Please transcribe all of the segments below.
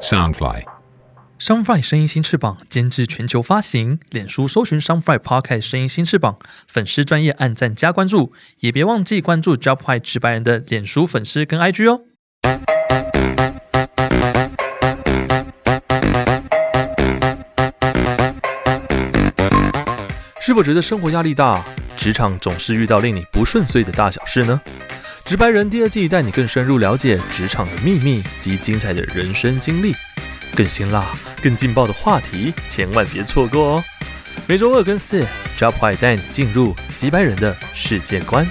Soundfly。 Sunfly 声音新翅膀监制全球发行，脸书搜寻 Sunfly Podcast 声音新翅膀，粉丝专业按赞加关注，也别忘记关注 Job High 直白人的脸书粉丝跟 IG 哦。是否觉得生活压力大，职场总是遇到令你不顺遂的大小事呢？直白人第二季带你更深入了解职场的秘密及精彩的人生经历，更辛辣、更劲爆的话题，千万别错过哦！每周二跟四，Job High 带你进入直白人的世界观。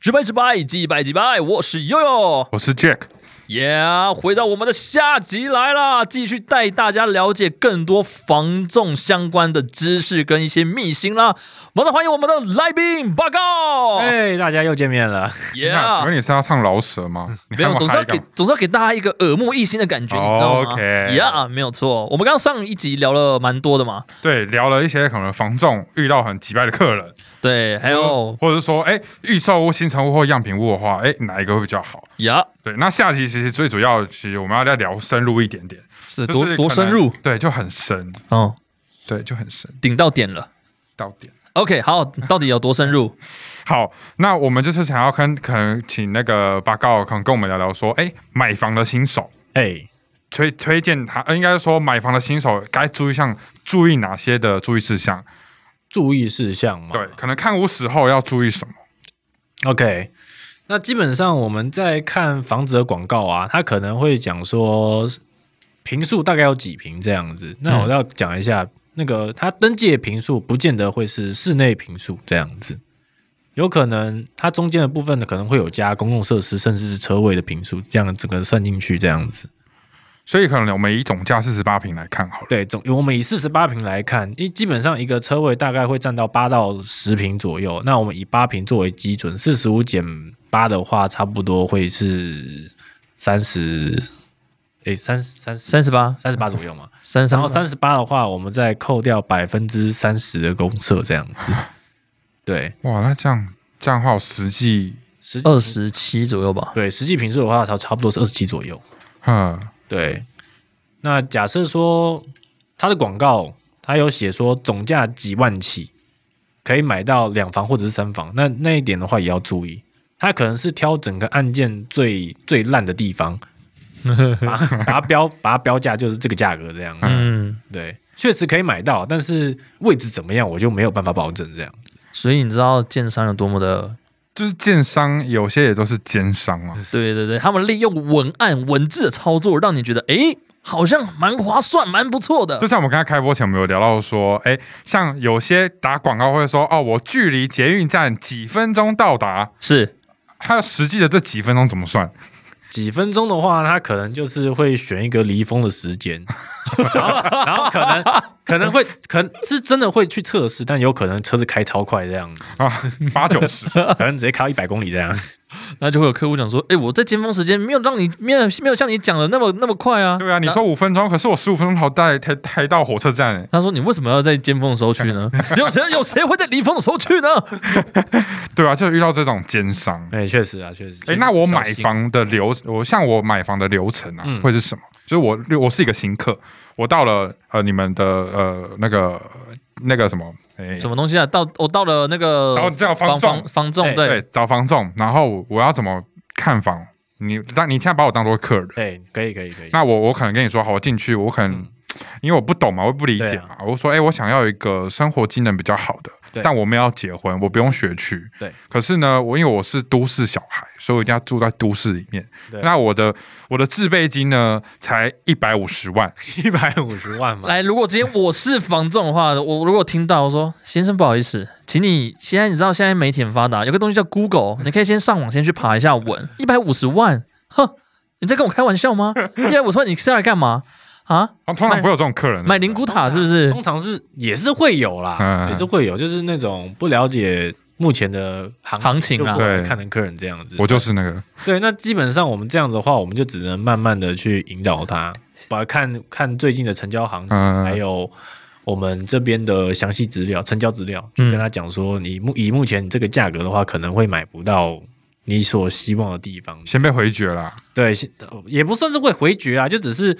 直白直白，击败击败，我是悠悠。我是 Jack， Yeah，回到我们的下集来啦，继续带大家了解更多防重相关的知识跟一些秘辛啦。马上欢迎我们的来宾报告。哎，大家又见面了。你看，请问 Yeah，嗯你是要唱饶舌吗？你没有，总是要还给总是要给大家一个耳目一新的感觉，你知道吗 OK ？Yeah，没有错。我们刚刚上一集聊了蛮多的嘛，对聊了一些可能房仲遇到很击败的客人，对，还有或者是说，哎，预售屋、新成屋或样品屋的话，哎，哪一个会比较好？ Yeah，对，那下集其实最主要，其实我们要再聊深入一点点，是就多是呃多可能深入，对，就很深，嗯，对，就很深顶到点了。到点。 OK，好，到底有多深入？好，那我们就是想要跟可能请那个八告，可能跟我们聊聊说，哎，买房的新手 哎，推推荐他，呃应该说买房的新手该注意项注意哪些的注意事项？注意事项嘛。对，可能看屋时候要注意什么？ ，OK。那基本上我们在看房子的广告啊，它可能会讲说平数大概有几平这样子。那我要讲一下，那个它登记的平数不见得会是室内平数这样子，有可能它中间的部分呢可能会有加公共设施甚至是车位的平数，这样整个算进去这样子。所以可能我们以总价四十八平来看好了。对，总我们以四十八平来看，因为基本上一个车位大概会占到八到十平左右。那我们以八平作为基准，四十五减八的话，差不多会是三十，诶，三三十三十八，三十八左右嘛。三十然三后，三十八的话，我们再扣掉百分之三十的公社这样 子。对，哇，那这样这样的话，实际，实际二十七左右吧。对实际平数的话，差差不多是二十七左右。嗯，对，那假设说它的广告，它有写说总价几万起，可以买到两房或者是三房，那那一点的话也要注意，它可能是挑整个案件最最烂的地方，把 把它标把它标价就是这个价格这样，嗯，对，确实可以买到，但是位置怎么样我就没有办法保证这样。所以你知道建商有多么的就是建商有些也都是奸商啊嘛，对对对，他们利用文案文字的操作，让你觉得诶，好像蛮划算，蛮不错的就。像我们刚才开播前，我们有聊到说，哎、像有些打广告会说，哦，我距离捷运站几分钟到达，是它实际的这几分钟怎么算？几分钟的话，他可能就是会选一个离峰的时间， 然后然后可能可能会可能是真的会去测试，但有可能车子开超快这样，八九十，可能直接开到一百公里这样。 那就会有客户讲说，诶，我在尖峰时间没有让你没有没有像你讲的那么那么快啊。对啊，你说五分钟，可是我十五分钟好带才才到火车站、欸，他说：“你为什么要在尖峰的时候去呢？ 有谁有谁会在离峰的时候去呢？对啊，就遇到这种奸商。哎、确实啊，确实。哎、确实那我小买心房的流，我像我买房的流程啊，嗯会是什么？就是我我是一个新客，我到了呃你们的呃那个那个什么，哎、什么东西啊？到我到了那个然后这样房房房仲房仲哎对对，找房仲，然后我要怎么看房？你但你现在把我当做客人，哎、可以可以可以。那我我可能跟你说，好，我进去，我可能、嗯因为我不懂嘛，我不理解嘛，我说，哎、我想要一个生活机能比较好的，啊对但我们要结婚，我不用学区，对。可是呢，我因为我是都市小孩，所以我一定要住在都市里面。对那我的我的自备金呢，才一百五十万，一百五十万嘛，来，如果今天我是房仲的话，我如果听到我说先生不好意思，请你现在你知道现在媒体很发达，有个东西叫 Google，你可以先上网先去爬一下文，一百五十万，哼，你在跟我开玩笑吗？一百五十万你是来干嘛啊？啊通常不会有这种客人。买灵对骨塔是不是 通？常是也是会有啦，嗯也是会有，就是那种不了解目前的行行情啊就不会对看成客人这样子不对，我就是那个， 对，那基本上我们这样子的话，我们就只能慢慢的去引导他，把看看最近的成交行情，嗯还有我们这边的详细资料、成交资料，就嗯跟他讲说，你目以目前这个价格的话，可能会买不到你所希望的地方。先被回绝了。对，先也不算是会回绝啊，就只是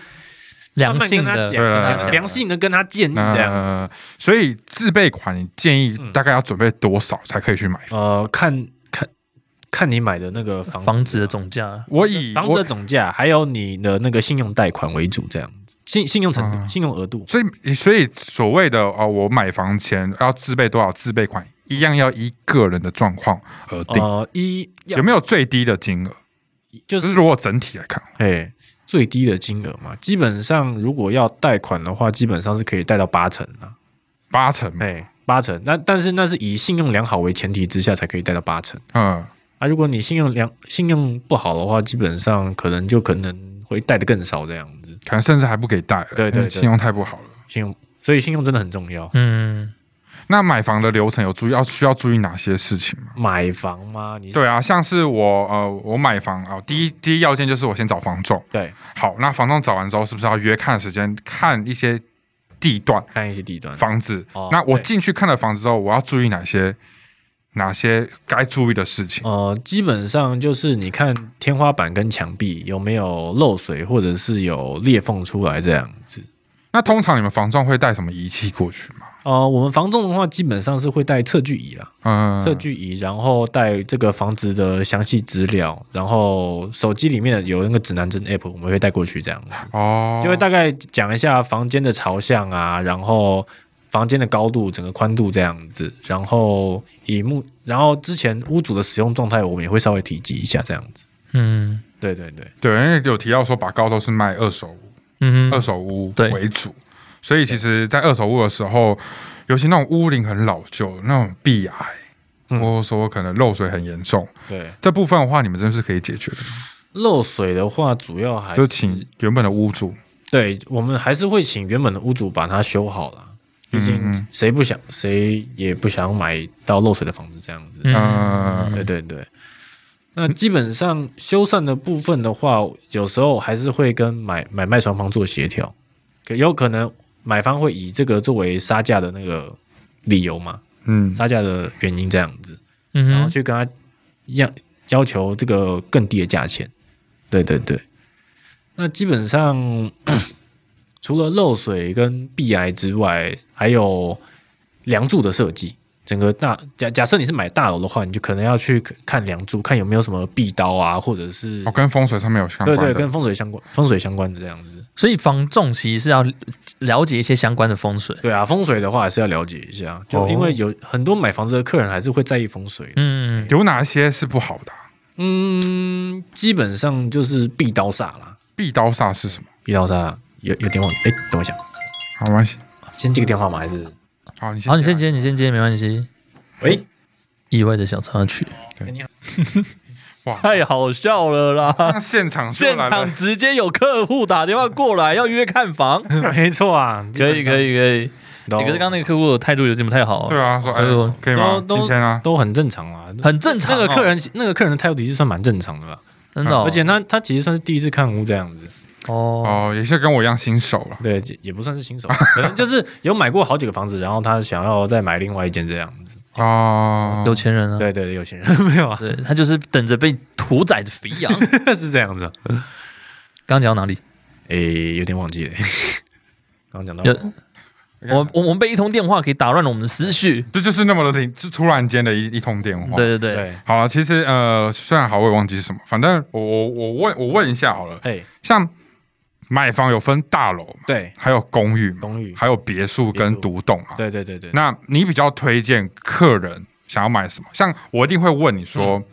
慢良慢性跟他的，讲对啊跟他对嗯讲啊良性的跟他建议嗯这样。嗯那所以自备款，你建议大概要准备多少才可以去买？呃，看看看你买的那个房房子的啊总价，我以房子的我总价，还有你的那个信用贷款为主，这样子信信用程度、嗯信用额度。所以所以所谓的哦，我买房前要自备多少自备款，一样要依个人的状况而定。呃，一有没有最低的金额？有就就是是如果整体来看，哎最低的金额嘛？基本上如果要贷款的话，基本上是可以贷到八成啊。八成嘛，哎，八成。那但是那是以信用良好为前提之下才可以贷到八成嗯，啊。如果你信用良信用不好的话，基本上可能就可能会贷的更少这样子。可能甚至还不给贷了，对对因为对信用太不好了。信用，所以信用真的很重要。嗯，那买房的流程有注意要需要注意哪些事情吗？买房吗？你对啊，像是我呃，我买房啊、第一第一要件就是我先找房仲。对，好，那房仲找完之后，是不是要约看时间，看一些地段看一些地段。房子？哦那我对进去看了房子之后，我要注意哪些哪些该注意的事情？呃，基本上就是你看天花板跟墙壁有没有漏水，或者是有裂缝出来这样子。那通常你们房仲会带什么仪器过去吗？呃，我们房仲的话，基本上是会带测距仪啦，嗯，测距仪，然后带这个房子的详细资料，然后手机里面有那个指南针 app，我们会带过去这样子，哦，就会大概讲一下房间的朝向啊，然后房间的高度、整个宽度这样子，然后以目，然后之前屋主的使用状态，我们也会稍微提及一下这样子。嗯对对对。对，因为有提到说把高都是卖二手屋，嗯二哼，手屋对为主，所以其实，在二手屋的时候，尤其那种屋龄很老旧，那种壁癌，嗯或者说可能漏水很严重，对，这部分的话，你们真的是可以解决的，漏水的话，主要还就是请原本的屋主，对我们还是会请原本的屋主把它修好啦。毕嗯嗯竟嗯谁不想，谁也不想买到漏水的房子这样子。嗯对对对。那基本上修缮的部分的话，有时候还是会跟买买卖双方做协调，可有可能买方会以这个作为杀价的那个理由嘛，嗯，杀价的原因这样子，然后嗯哼，去跟他要要求这个更低的价钱。对对对，那基本上 除了漏水跟壁癌之外，还有梁柱的设计。整个大假假设你是买大楼的话，你就可能要去看梁柱，看有没有什么壁刀啊，或者是、哦，跟风水上面有相对关对，的，跟风水相关风水相关的这样子。所以房仲其实是要了解一些相关的风水，对啊，风水的话还是要了解一下，就哦因为有很多买房子的客人还是会在意风水的。嗯，有哪些是不好的啊、嗯，基本上就是壁刀煞啦。壁刀煞是什么？一刀杀有有电话，哎、等我一下，好，没关系，先接个电话吗？还是好，你先，好，你先，接，你先接，没关系。喂，意外的小插曲， 哇，啊好笑了啦！那现场就来了直接有客户打电话过来要约看房， 没错啊，可以可以，以可以。都欸可是刚刚那个客户的态度有点不太好，对，啊，说哎哎呦，可以吗？都今天啊，都很正常啦，很正常那哦。个客人那个客人的态度其实算蛮正常的吧，真的哦，而且他他其实算是第一次看屋这样子，哦，哦，也是跟我一样新手了，对，也也不算是新手，啊 可能就是有买过好几个房子，然后他想要再买另外一间这样子。哦，有钱人啊，对对对，有钱人没有啊，对，他就是等着被屠宰的肥羊。 是这样子啊。刚刚讲到哪里？ 诶，有点忘记了， 刚刚讲到有我我我们被一通电话给打乱了我们的思绪。这就是那么的突突然间的一一通电话。对对对，对，好了，其实呃，虽然好，我也忘记是什么，反正我我我问我问一下好了，哎，像买房有分大楼嘛，对，还有公寓嘛，公寓，还有别墅别跟墅独栋嘛。啊对对对对，那你比较推荐客人想要买什么？像我一定会问你说，嗯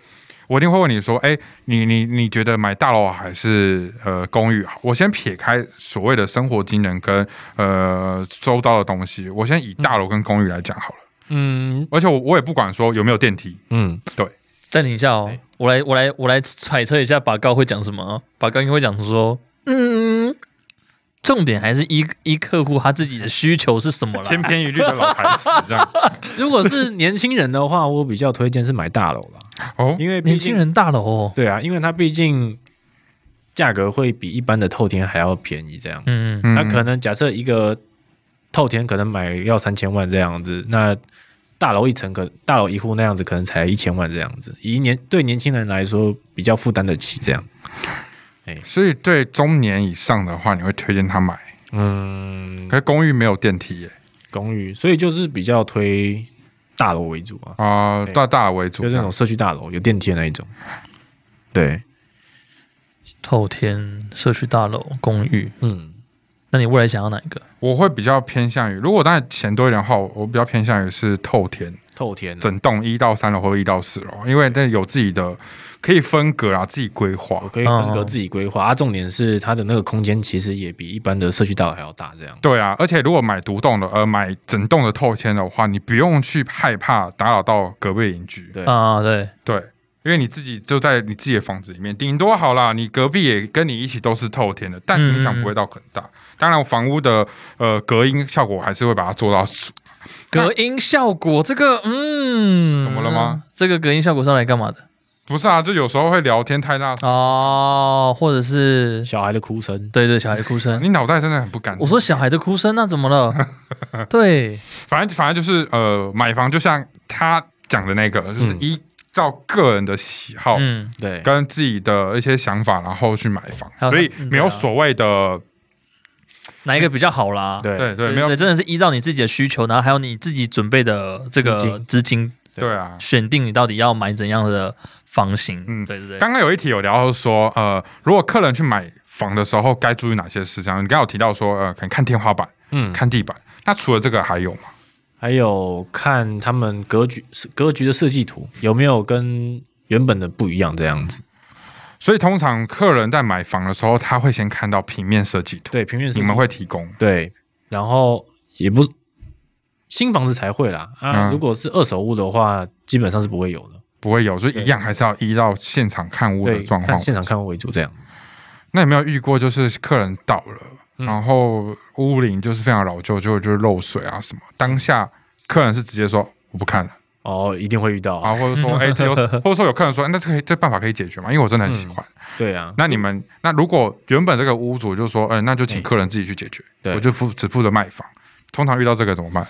我一定会问你说，哎、你你你觉得买大楼还是呃公寓好？我先撇开所谓的生活技能跟呃周遭的东西，我先以大楼跟公寓来讲好了。嗯而且我我也不管说有没有电梯，嗯，暂停一下哦哎对，我来我来我来揣测一下，拔高会讲什么啊？拔高应该会讲说，嗯，重点还是依依客户他自己的需求是什么啦。千篇一律的老牌子这 样。如果是年轻人的话，我比较推荐是买大楼啦，哦，因为毕年竟轻人大楼哦，对啊，因为它毕竟价格会比一般的透天还要便宜，这样。嗯，嗯那可能假设一个透天可能买要三千万这样子，那大楼一层可大楼一户那样子，可能才一千万这样子，以年对年轻人来说比较负担得起这样。所以对中年以上的话，你会推荐他买。嗯，可是公寓没有电梯耶，公寓，所以就是比较推大楼为主啊，啊、对大大楼为主就是这那样种。社区大楼有电梯的那一种。对，透天、社区大楼、公寓，嗯，那你未来想要哪一个？我会比较偏向于，如果当然钱多一点的话，我比较偏向于是透天，透天啊，整栋一到三楼或一到四楼，因为那有自己的可以分隔啊，自己规划我。可以分嗯隔自己规划啊。重点是它的那个空间其实也比一般的社区大楼还要大，这样。对啊，而且如果买独栋的，呃，买整栋的透天的话，你不用去害怕打扰到隔壁邻居。对啊，对，对，因为你自己就在你自己的房子里面，顶多好啦，你隔壁也跟你一起都是透天的，但影响不会到很大。当然，房屋的呃隔音效果还是会把它做到足。隔音效果这个，嗯，怎么了吗？这个隔音效果是要来干嘛的？不是啊，就有时候会聊天太大声，哦，或者是小孩的哭声，对对，小孩哭声。你脑袋真的很不干我净。说小孩的哭声，那怎么了？ 对，反正反正就是呃，买房就像他讲的那个，就是嗯依照个人的喜好。嗯，对，跟自己的一些想法，然后去买房，还有所以嗯没有对啊所谓的，哪一个比较好啦？对对对，对，没有对，真的是依照你自己的需求，然后还有你自己准备的这资个金资金，对啊。选定你到底要买怎样的房型。嗯对对对，刚刚有一题有聊到说，呃，如果客人去买房的时候该注意哪些事项？你刚刚有提到说，呃，可能看天花板、嗯，看地板，那除了这个还有吗？还有看他们格局格局的设计图有没有跟原本的不一样这样子。所以通常客人在买房的时候，他会先看到平面设计图，对，平面设计你们会提供对，然后也不新房子才会啦啊。嗯如果是二手屋的话，基本上是不会有的。不会有，所以一样还是要依照现场看屋的对，状况看。现场看为主这样。那有没有遇过就是客人到了，然后屋龄就是非常老旧，就就是漏水啊什么，当下客人是直接说我不看了。哦，一定会遇到。啊，或者说，哎、这有，或者说有客人说，哎那这个这办法可以解决吗？因为我真的很喜欢。对啊，那你们，那如果原本这个屋主就说，哎、那就请哎客人自己去解决，对我就负只负责卖房。通常遇到这个怎么办？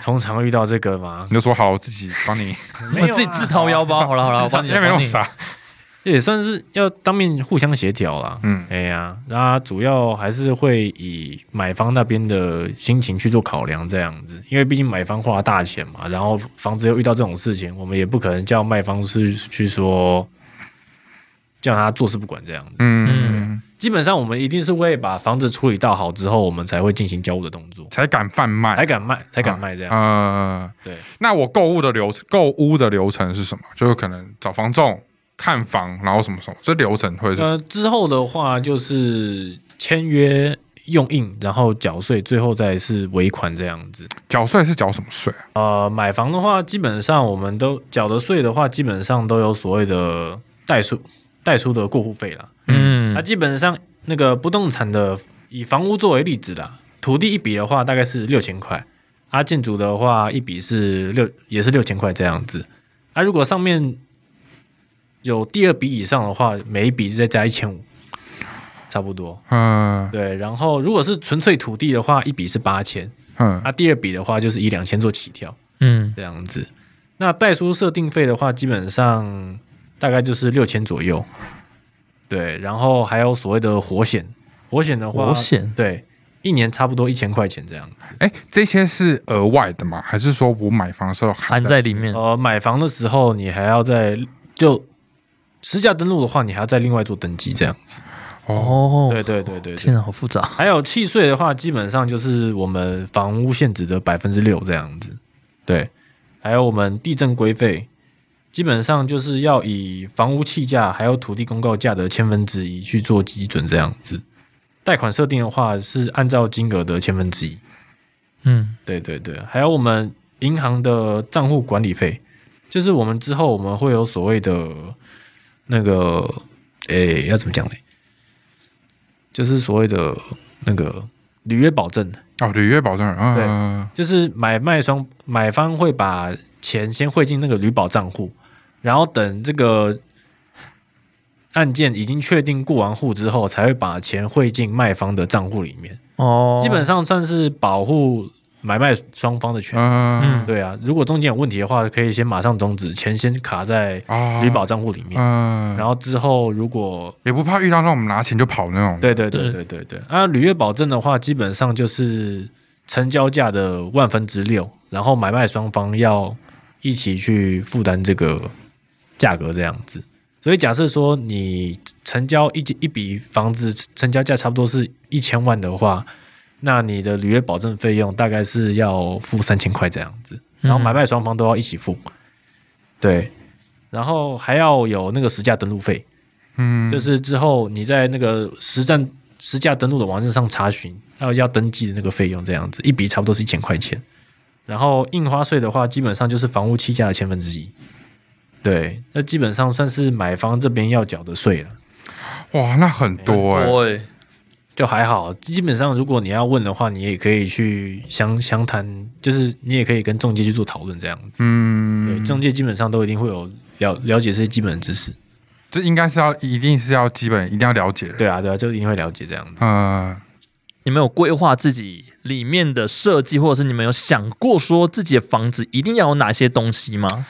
通常遇到这个嘛你，就说好， 我自己帮你，没我有啊自己自掏腰 包，好了好了，我帮你， 因为没帮用你啥，也算是要当面互相协调啦。嗯，哎呀，那主要还是会以买方那边的心情去做考量，这样子，因为毕竟买方花了大钱嘛，然后房子又遇到这种事情，我们也不可能叫卖方是去说叫他坐视不管这样子。嗯，基本上我们一定是会把房子处理到好之后，我们才会进行交屋的动作，才敢贩才卖。敢卖，才敢卖这样。啊呃，对，那我购物的流程，购物的流程是什么？就是可能找房仲、看房，然后什么什么，这流程会是什么呃，之后的话就是签约用印，然后缴税，最后再是尾款这样子。缴税是缴什么税啊？呃，买房的话，基本上我们都缴的税的话，基本上都有所谓的代书代书的过户费啦。嗯那、，基本上那个不动产的，以房屋作为例子啦，土地一笔的话大概是六千块，啊，建筑的话一笔是六也是六千块这样子。啊，如果上面有第二笔以上的话，每一笔再加一千五，差不多。嗯对，然后如果是纯粹土地的话，一笔是八千，嗯，啊，第二笔的话就是以两千做起跳。嗯，这样子。那代书设定费的话，基本上大概就是六千左右。对，然后还有所谓的活险，活险的话，活险对，一年差不多一千块钱这样子。哎、这些是额外的吗？还是说我买房的时候含在里面。呃，买房的时候你还要再就实价登录的话，你还要再另外做登记这样子。哦，哦，对对对对对。天啊，好复杂。还有契税的话，基本上就是我们房屋现值的百分之六这样子。对，还有我们地震规费，基本上就是要以房屋契价还有土地公告价的千分之一去做基准这样子。贷款设定的话是按照金额的千分之一。嗯，对对对，还有我们银行的账户管理费，就是我们之后我们会有所谓的那个，诶、要怎么讲呢？就是所谓的那个履约保证，哦，履约保证人，嗯，就是买卖双买方会把钱先汇进那个旅保账户，然后等这个案件已经确定过完户之后，才会把钱汇进卖方的账户里面。哦，基本上算是保护买卖双方的权利。嗯对啊，如果中间有问题的话，可以先马上终止，钱先卡在啊离保账户里面。嗯，然后之后如果也不怕遇到那种拿钱就跑那种。对对对对对对，啊，履约保证的话，基本上就是成交价的万分之六，然后买卖双方要一起去负担这个价格这样子。所以假设说你成交一一笔房子成交价差不多是一千万的话，那你的履约保证费用大概是要付三千块这样子，然后买卖双方都要一起付，对，然后还要有那个实价登录费，嗯，就是之后你在那个实战实价登录的网站上查询，还有要登记的那个费用，这样子一笔差不多是一千块钱。然后印花税的话，基本上就是房屋起价的千分之一。对，那基本上算是买方这边要缴的税了，哇，那很多哎、多哎，就还好。基本上如果你要问的话，你也可以去详详谈，就是你也可以跟中介去做讨论这样子。对，嗯，中介基本上都一定会有了了解这些基本的知识。这应该是要一定是要基本一定要了解的。对啊，对啊，就一定会了解这样子。嗯，你们有规划自己里面的设计，或者是你们有想过说自己的房子一定要有哪些东西吗？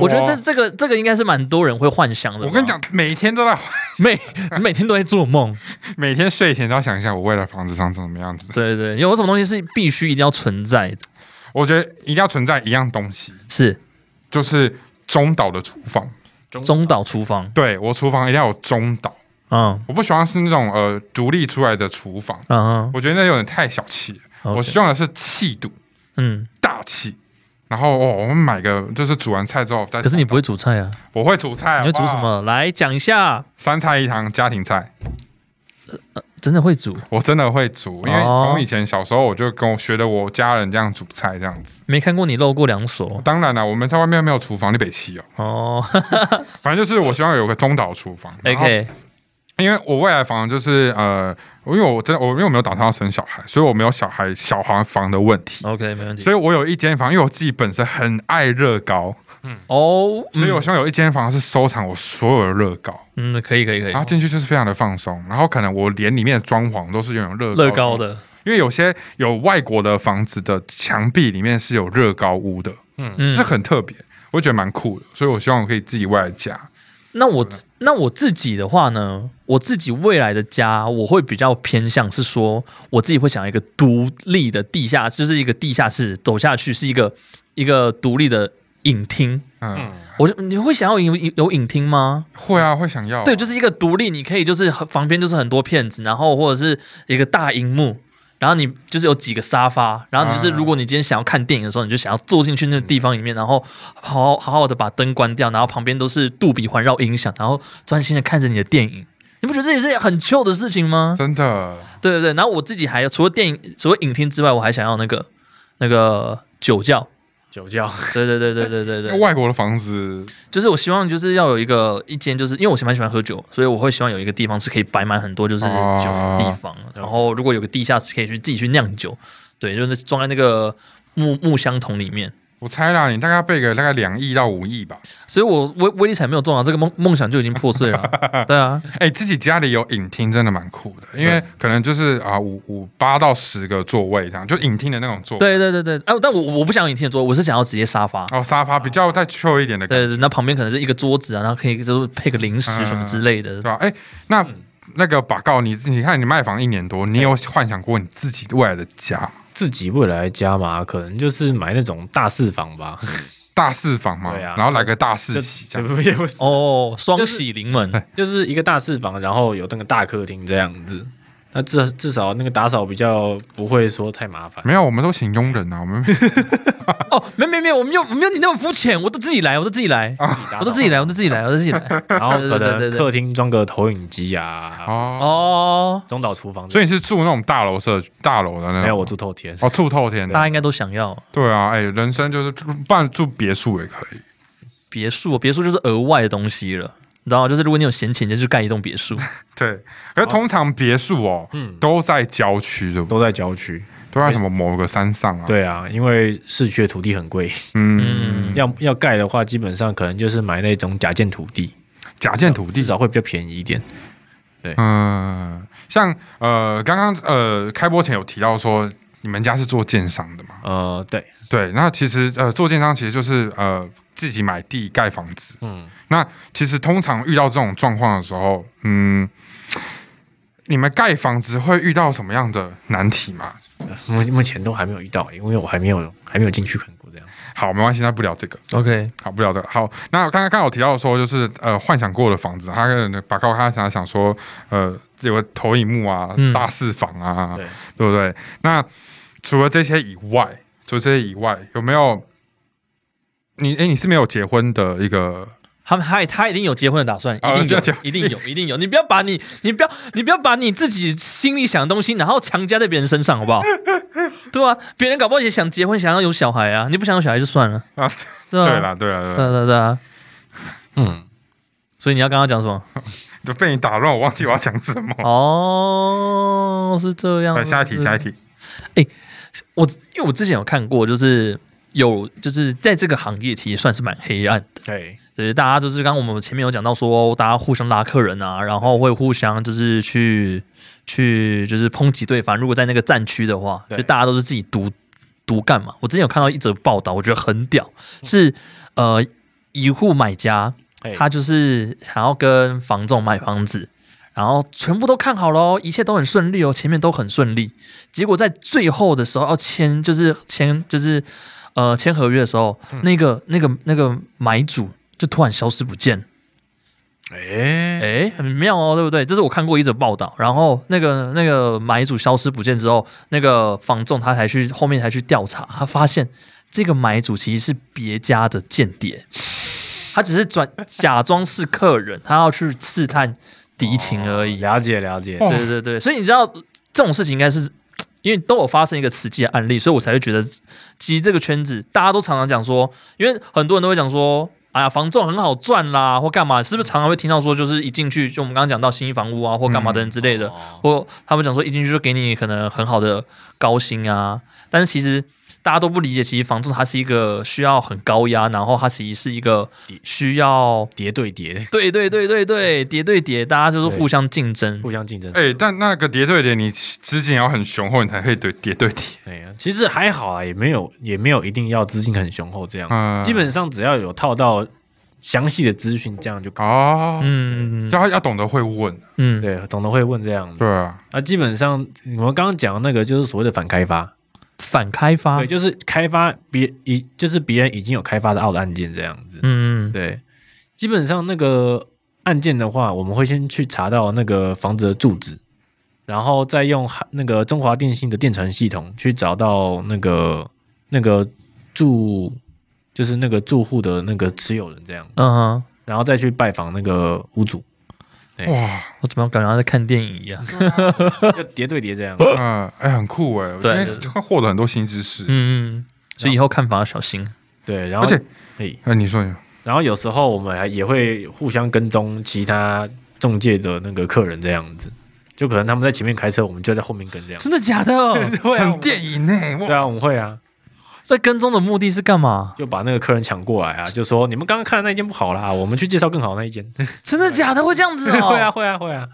我觉得这这个这个应该是蛮多人会幻想的。我跟你讲，，每天都在， 每 你每天都在做梦。每天睡前都要想一下我未来房子长什么样子。对对，有什么东西是必须一定要存在的？我觉得一定要存在一样东西，是就是中岛的厨房。中岛厨房。对我厨房一定要有中岛，嗯我不喜欢是那种呃独立出来的厨房，嗯我觉得那有点太小气了。嗯，我 OK 希望的是气度嗯，大气。然后哦，我们买个就是煮完菜之后再，可是你不会煮菜啊？我会煮菜，你会煮好不好什？么？来讲一下。三菜一汤家庭菜，真的会煮，我真的会煮，因为哦从以前小时候我就跟我学的我家人这样煮菜这样子。没看过你露过两手当然了，我们在外面没有厨房，你北七哦。哦。反正就是我希望有个中岛厨房。然后 OK，因为我未来房就是呃，因为我真的我因为我没有打算要生小孩，所以我没有小孩小孩房的问题。 OK，没问题所。以我有一间房，因为我自己本身很爱乐高，哦，所以我希望有一间房是收藏我所有的乐高，嗯，可以可以可以然，后进去就是非常的放松，然后可能我连里面的装潢都是用乐乐高的，的，因为有些有外国的房子的墙壁里面是有乐高屋的，嗯是，很特别，我觉得蛮酷的，所以我希望我可以自己外加，那我自那我自己的话呢，我自己未来的家，我会比较偏向是说，我自己会想要一个独立的地下，就是一个地下室走下去是一个一个独立的影厅。嗯，我就你会想要有有影厅吗？会啊，会想要，对，就是一个独立，你可以就是很旁边就是很多片子，然后或者是一个大荧幕，然后你就是有几个沙发，然后你就是啊如果你今天想要看电影的时候，你就想要坐进去那个地方里面，然后好好好的把灯关掉，然后旁边都是杜比环绕音响，然后专心的看着你的电影。你不觉得这也是很 chill 的事情吗？ 真的，对对对，然后我自己还有除了电影，除了影厅之外，我还想要那个那个酒窖。酒窖，对对对对对对因对为，外国的房子就是我希望就是要有一个一间，就是因为我蛮喜欢喝酒，所以我会希望有一个地方是可以摆满很多就是酒的地方。然后如果有个地下室可以去自己去酿酒，对，就是装在那个木木箱桶里面。我猜啦，你大概备个大概两亿到五亿吧。所以我威威力才没有中啊，这个梦梦想就已经破碎了。对啊，哎、自己家里有影厅真的蛮酷的，因为可能就是啊五五八到十个座位这样，就影厅的那种座位。对对对对，啊，但我我不想影厅的桌，我是想要直接沙发。哦，沙发比较再 chill 一点的感觉，对对，那旁边可能是一个桌子啊，然后可以就是配个零食什么之类的对。吧？哎、那、嗯那个把告你，你看你卖房一年多，你有幻想过你自己未来的家吗自己未来家嘛，可能就是买那种大四房吧，大四房吗？对啊然后来个大四就喜这样。不 也不是，哦，双喜临门，就是一个大四房，然后有那个大客厅这样子。那至至少那个打扫比较不会说太 麻烦。没有，我们都请佣人啊，我们哦，没没没有，我没有我没有你那么肤浅，我都自己来，我都自己来，我都自己来，我都自己来，我都自己 来。然后可对对对能对客厅装个投影机啊，哦，哦，中岛厨房。所以你是住那种大楼社大楼的那种？没有我住透天，哦，住透天大家的。应该都想要对啊，哎、人生就是住，不然住别墅也可以。别墅，别墅就是额外的东西了，你知道吗？就是如果你有闲钱，你就去盖一栋别 墅。对，可是通常别墅哦，都在郊区，对不对？嗯都在郊区。都在什么某个山上哦啊？，对啊，因为市区的土地很贵，嗯，嗯，要要盖的话，基本上可能就是买那种假建土地，假建土至地，少会比较便宜一点。嗯，像呃，刚刚呃，开播前有提到说，你们家是做建商的吗？呃，对，对，那其实呃，做建商其实就是呃自己买地盖房子。嗯，那其实通常遇到这种状况的时候，嗯，你们盖房子会遇到什么样的难题吗？目目前都还没有遇到，因为我还没有还没有进去看过这样。好，没关系，那不聊这个。 OK，好，不聊这个。好，那刚刚刚好提到说，就是呃，幻想过的房子，他可能把高他想想说，呃，有个投影幕啊，嗯大四房啊，对，对不对？那除了这些以外，除了这些以外，有没有你？哎，你是没有结婚的一个他们他他一定有结婚的打算，啊一定就有结，一定有， 一定有。你不要把你你不要你不要把你自己心里想的东西，然后强加在别人身上，好 不好？对啊，别人搞不好也想结婚，想要有小孩啊。你不想要小孩就算了啊，对对啊，啦，对啦，对啊对啦，对啊对啊。嗯，所以你要跟他讲什么？就被你打乱，我忘记我要讲什么。哦，嗯是这样来，。 下一题，下一题。题。我因为我之前有看过，就是有就是在这个行业其实算是蛮黑暗的。对，就是大家就是刚刚我们前面有讲到说，大家互相拉客人啊，然后会互相就是去去就是抨击对方。如果在那个战区的话，对就大家都是自己独独干嘛。我之前有看到一则报道，我觉得很屌，是呃一户买家，哎他就是想要跟房仲买房子，然后全部都看好喽，一切都很顺利哦，前面都很顺利。结果在最后的时候要哦签，就是签就是呃签合约的时候，那个那个那个买主就突然消失不见了。哎哎，很妙哦，对不对？这是我看过一则报道，然后那个那个买主消失不见之后，那个房仲他才去后面才去调查，他发现这个买主其实是别家的间谍，他只是转假装是客人，他要去刺探敌情哎而已。了解了解，哦对对对，所以你知道这种事情应该是。因为都有发生一个实际的案例，所以我才会觉得，其实这个圈子大家都常常讲说，因为很多人都会讲说，哎呀，房仲很好赚啦，或干嘛，是不是常常会听到说，就是一进去就我们刚刚讲到新一房屋啊，或干嘛等等之类的，哦或他们讲说一进去就给你可能很好的高薪啊，但是其实大家都不理解，其实房仲它是一个需要很高压，然后它其实是一个需要。叠对叠，对对对对对，叠对叠，大家就是互相竞争。互相竞争。哎，但那个叠对叠，你之前要很雄厚，你才可以对叠对叠。哎呀，其实还好啊，也没有也没有一定要资金很雄厚这样，嗯，基本上只要有套到详细的资讯，这样就可哦，嗯嗯要要懂得会问，嗯，以。对，懂得会问这样。对啊，啊，基本上我们刚刚讲的那个就是所谓的反开发，反开发，对，就是开发别已就是别人已经有开发的 out 的案件这样子。嗯，嗯对，基本上那个案件的话，我们会先去查到那个房子的住址，然后再用哈那个中华电信的电传系统去找到那个那个住，就是那个住户的那个持有人这样，嗯哼，然后再去拜访那个 屋主，哎哇，我怎么感觉在看电影一样？就叠对叠 这样。嗯，哎，很酷哎，我今对天获得很多新知识。嗯嗯，啊所以以后看房要小心。对，然后而且，嘿哎，你说，你说然后有时候我们还也会互相跟踪其他中介的那个客人这样子，就可能他们在前面开车，我们就在后面跟这样。真的假 的？会啊很电影呢，对哇，啊，我们会啊。在跟踪的目的是干嘛？就把那个客人抢过来啊，就说你们刚刚看的那一间不好 啦，我们去介绍更好的那一间。真的假的？会这样子哦？会啊，，会啊，会啊，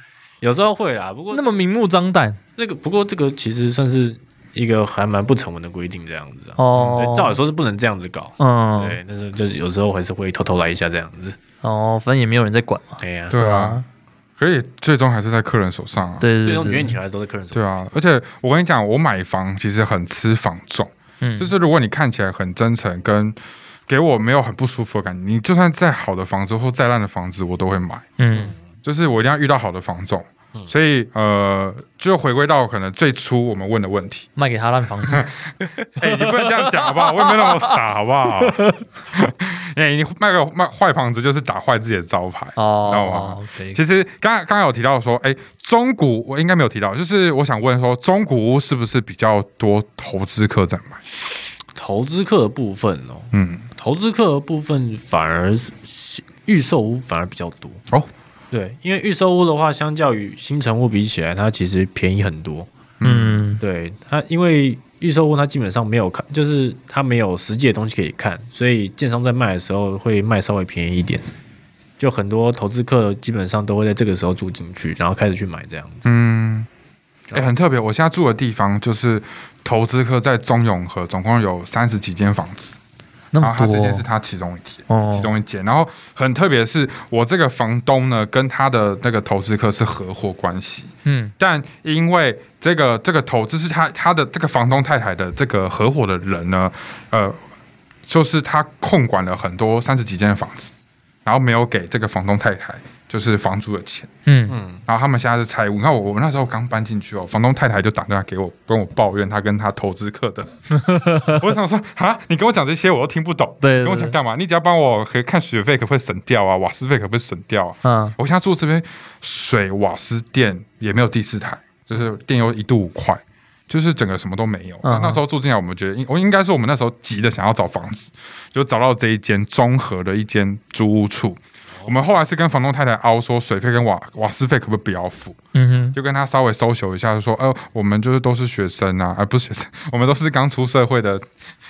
有时候会啦。不过那么明目张胆这个，不过这个其实算是一个还蛮不成文的规定，这样子啊。哦对，。照理说是不能这样子搞，嗯，对，但是就是有时候还是会偷偷来一下这样子。哦，反正也没有人在管嘛。哎呀，对啊，，可以最终还是在客人手上啊。对对最终对，决定对权还是都在客人手上。对啊，而且我跟你讲，我买房其实很吃房重，嗯，就是如果你看起来很真诚，跟给我没有很不舒服的感觉，你就算再好的房子或再烂的房子，我都会买。嗯就是我一定要遇到好的房仲。所以呃，就回归到可能最初我们问的问题。卖给他烂房 子。 哎、你不能这样讲好不好？我也没那么傻好不好？ 哎、你卖个卖坏房子就是打坏自己的招牌。哦，啊可以。其实刚刚刚有提到说，哎、中古我应该没有提到，就是我想问说，中古屋是不是比较多投资客在买？投资客的部分哦，嗯，投资客的部分反而是预售屋反而比较多哦。对，因为预售屋的话，相较于新城屋比起来，它其实便宜很多。嗯对它，因为预售屋它基本上没有看，就是它没有实际的东西可以看，所以建商在卖的时候会卖稍微便宜一点。就很多投资客基本上都会在这个时候住嗯进去，然后开始去买这样子。嗯，哎、很特别。我现在住的地方就是投资客在中永和总共有三十几间房子，那然么啊后他多这间是他其中一间，哦其中一间。然后很特别的是，我这个房东呢跟他的那个投资客是合伙关系，嗯但因为这个这个投资是他他的这个房东太太的这个合伙的人呢，呃，就是他控管了很多三十几间的房子，然后没有给这个房东太太就是房租的钱，嗯嗯，然后他们现在是拆屋。你看我我那时候刚搬进去哦，房东太太就打电话给我跟我抱怨他跟他投资客的， 我想说啊，你跟我讲这些我都听不懂，对对对跟我讲干嘛？你只要帮我可以看学费可不可以省掉啊，瓦斯费可不可以省掉啊？啊我现在住这边水、瓦斯、电也没有第四台，就是电又一度五块，就是整个什么都没有。嗯那时候住进来，我们觉得应我应该说我们那时候急的想要找房子，就找到这一间综合的一间租屋处。哦我们后来是跟房东太太凹说，水费跟瓦瓦斯费可不可以不要付？嗯就跟他稍微搜求一下，就说，呃，我们就是都是学生啊，而、不是学生， 我们都是刚出社会的，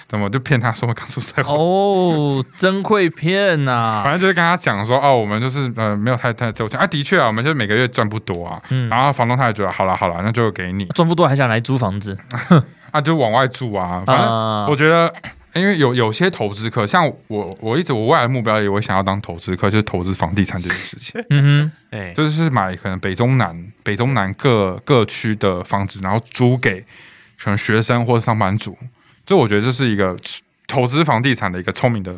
怎么就骗他说刚出社会？哼，哦，真会骗啊呐、 反正就是跟他讲说，哦，我们就是呃没有太太多钱啊，的确啊，我们就是每个月赚不多啊。嗯然后房东他也觉得，好了好了，那就给你赚不多还想来租房子啊，就往外住啊。反正啊？我觉得，因为有有些投资客，像我，我一直我未来的目标也我想要当投资客，就是投资房地产这件 事情，嗯哎，就是买可能北中南北中南各各区的房子，然后租给可能学生或上班族。这我觉得这是一个投资房地产的一个聪明的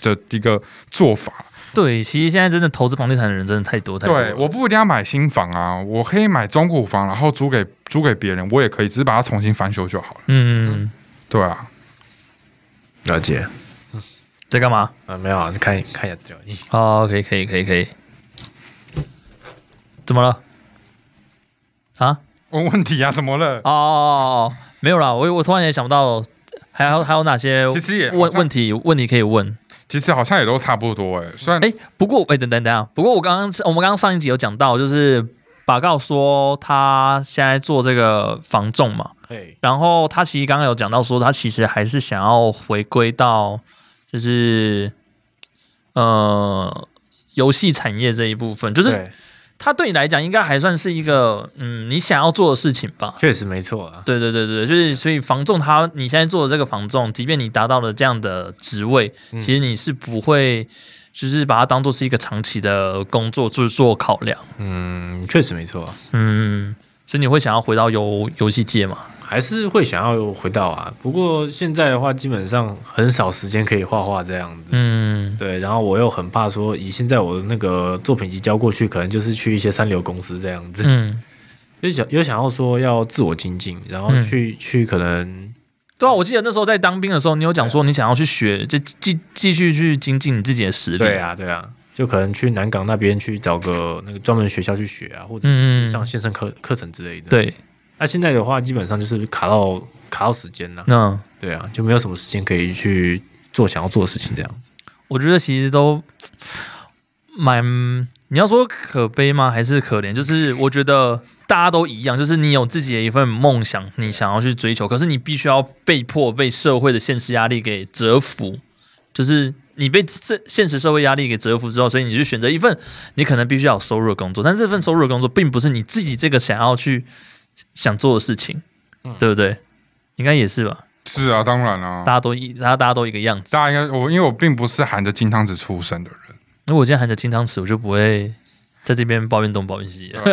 的一个做法。哼，对，其实现在真的投资房地产的人真的太多太多了。对，我不一定要买新房啊，我可以买中古房，然后租给租给别人，我也可以，只是把它重新翻修就好了。嗯，对啊，了解。在干嘛？啊，没有啊，看看一下资料。 哦，可以可以可以可以，怎么了？啊？问问题啊，怎么了？哦，没有啦，我我突然也想不到，还有还有哪些其实也问好像问题问题可以问。其实好像也都差不多哎、虽然哎、不过哎、等等等啊，不过我刚刚我们刚刚上一集有讲到，就是把告说他现在做这个房仲嘛，哎，然后他其实刚刚有讲到说，他其实还是想要回归到就是呃游戏产业这一部分，就是对，他对你来讲应该还算是一个嗯你想要做的事情吧。确实没错啊。对对对对，就是所以房仲他你现在做的这个房仲，即便你达到了这样的职位，嗯其实你是不会就是把它当做是一个长期的工作去做考量，嗯，确实没错啊，嗯，所以你会想要回到游游戏界嘛？还是会想要回到啊。不过现在的话，基本上很少时间可以画画这样子。嗯，对，然后我又很怕说，以现在我的那个作品集交过去，可能就是去一些三流公司这样子， 嗯，有想有想要说要自我精进，然后嗯去、去可能对啊，我记得那时候在当兵的时候，你有讲说啊你想要去学，就继继续去精进你自己的实力，对，啊对啊，就可能去南港那边去找个那个专门学校去学啊，或者嗯上线上课课程之类的。，对，那、现在的话，基本上就是卡到卡到时间了、那对啊，就没有什么时间可以去做想要做的事情这样子。我觉得其实都蛮，你要说可悲吗？还是可怜？就是我觉得大家都一样，就是你有自己的一份梦想，你想要去追求，可是你必须要被迫被社会的现实压力给折服，就是。你被这现实社会压力给折服之后，所以你就选择一份你可能必须要有收入的工作，但是这份收入的工作并不是你自己这个想要去想做的事情，嗯对不对？应该也是吧，是啊，当然啊大，家都一大家大家都一个样子。大家应该我因为我并不是含着金汤匙出生的人。如果我今天含着金汤匙，我就不会在这边抱怨东抱怨西了。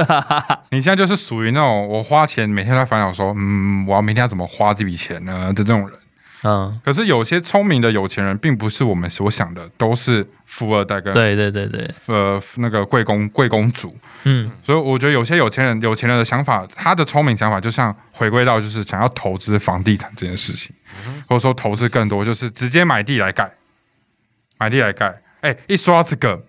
你现在就是属于那种我花钱每天都在烦恼说，嗯，我要明天要怎么花这笔钱呢的这种人。 嗯，可是有些聪明的有钱人，并不是我们所想的，都是富二代跟对对对对，呃那个贵公贵公主。嗯所以我觉得有些有钱人，有钱人的想法，他的聪明想法，就像回归到就是想要投资房地产这件事情，或者说投资更多，就是直接买地来盖，买地来盖。哎，一说到这个，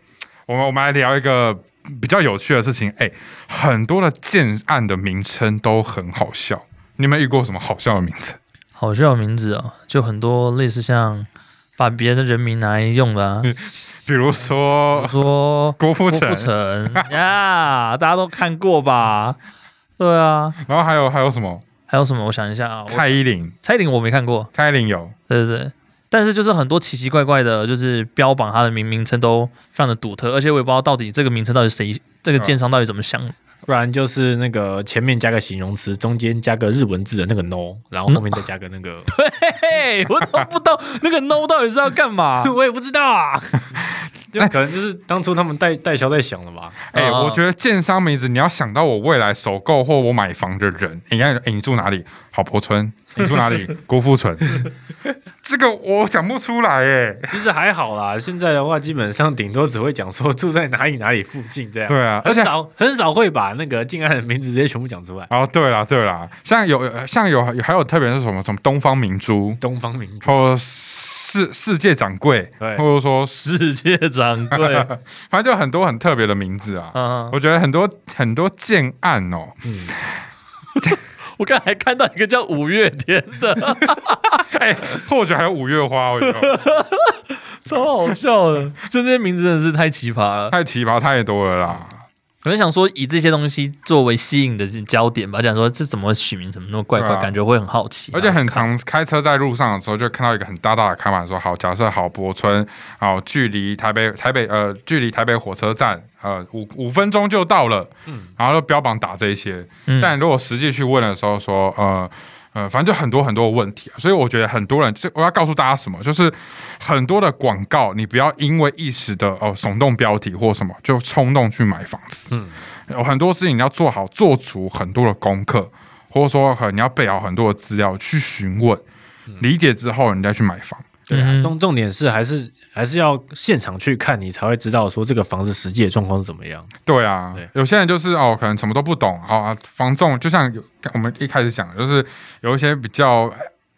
我们我们来聊一个比较有趣的事情。哎，很多的建案的名称都很好笑，你有没有遇过什么好笑的名字？好笑的名字哦，就很多类似像把别人的人名拿来用的、啊，比如比如说说郭富郭城富， 城呀，大家都看过吧？对啊，然后还有还有什么还有什么？我想一下啊，我蔡依林，蔡依林我没看过，蔡依林有，对对对。但是就是很多奇奇怪怪的，就是标榜它的名名称都非常的独特，而且我也不知道到底这个名称到底谁这个嗯建商到底怎么想的。不然就是那个前面加个形容词，中间加个日文字的那个 no，然后后面再加个那个， 嘿，我都不知道那个 no 到底是要干嘛 。我也不知 道啊，就可能就是当初他们代代销在想 了吧，哎、啊我觉得建商名字你要想到我未来首购或我买房的人，你看，哎、你住哪里？郝柏村，你住哪里？郭富城， 这个我讲不出来哎。其实还好啦。现在的话，基本上顶多只会讲说住在哪里哪里附近这样，对啊，而很且少很少会把那个近岸的名字直接全部讲出来。哦，对啦对啦，像有像有还有特别是什么什么东方明珠，东方明珠，或世世界掌柜，对或者 说世界掌 柜，反正就很多很特别的名字啊。啊，我觉得很多很多建案哦，嗯，我刚才还看到一个叫五月天的， 哎、或许还有五月花，我觉得超好笑的，就这些名字真的是太奇葩了。太奇葩太多了啦。可能想说以这些东西作为吸引的焦点吧，想说这怎么取名，怎么那么怪怪，对啊感觉会很好奇啊、而且很常开车在路上的时候，就看到一个很大大的看板说：“好，假设好博村，好距离台北台北呃距离台北火车站呃五五分钟就到了。”嗯然后就标榜打这些，嗯但如果实际去问的时候说，呃。呃，反正就很多很多的问题啊，所以我觉得很多人，这我要告诉大家什么，就是很多的广告，你不要因为一时的哦耸动标题或什么就冲动去买房子，嗯，有很多事情你要做好做足很多的功课，或者说很你要备好很多的资料去询问，理解之后你再去买房。对啊嗯，重重点是还是还是要现场去看，你才会知道说这个房子实际的状况是怎么样。对啊，对有些人就是哦，可能什么都不懂哦啊，房仲就像有我们一开始讲的，就是有一些比较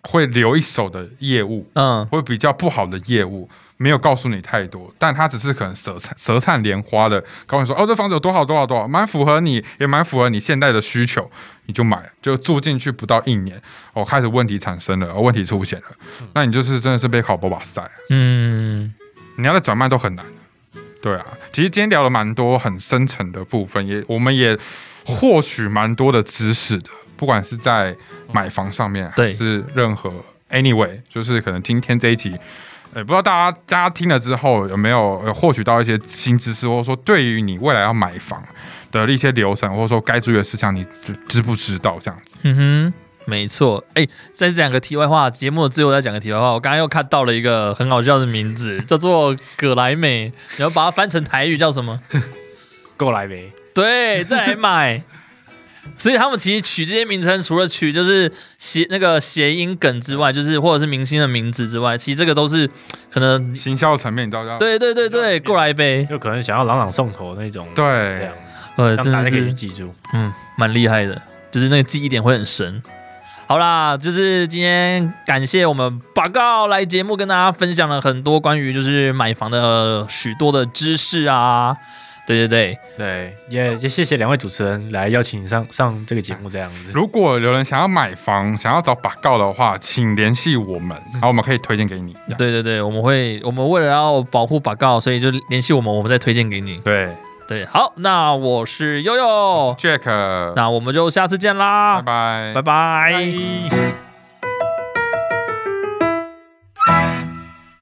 会留一手的业务，嗯，或比较不好的业务，没有告诉你太多，但他只是可能舌灿舌灿莲花的告诉你说，哦，这房子有多好多好多好，蛮符合你，也蛮符合你现在的需求，你就买了，就住进去不到一年，哦，开始问题产生了，哦、问题出现了，那你就是真的是被考波把塞。嗯，你要再转卖都很难。对啊，其实今天聊了蛮多很深层的部分，也我们也获取蛮多的知识的，不管是在买房上面，对还是任何 anyway，就是可能今天这一集。呃，不知道大家大家听了之后有没有呃获取到一些新知识，或者说对于你未来要买房的一些流程，或者说该注意的事项，你知知不知道这样子？嗯哼，没错。哎、再讲个题外话，节目的最后再讲个题外话。我刚刚又看到了一个很好笑的名 字，叫做葛莱美，你要把它翻成台语叫什么？过来呗， 对，再来买。所以他们其实取这些名称，除了取就是谐那个谐音梗之外，就是或者是明星的名字之外，其实这个都是可能。行销层面，你知道要 对对 对对，过来呗。就可能想要朗朗上口那种，这对样， 呃，让真大的家可以去是记住。嗯，蛮厉害的，就是那个记忆点会很神。好啦，就是今天感谢我们八告来节目跟大家分享了很多关于就是买房的许多的知识啊。对对对，对，也也谢谢两位主持人来邀请上上这个节目这样子。如果有人想要买房，想要找把告的话，请联系我们，然后我们可以推荐给你。这样对对对，我们会，我们为了要保护把告，所以就联系我们，我们再推荐给你。对对，好，那我是悠悠， ，Jack，那我们就下次见啦，拜拜拜拜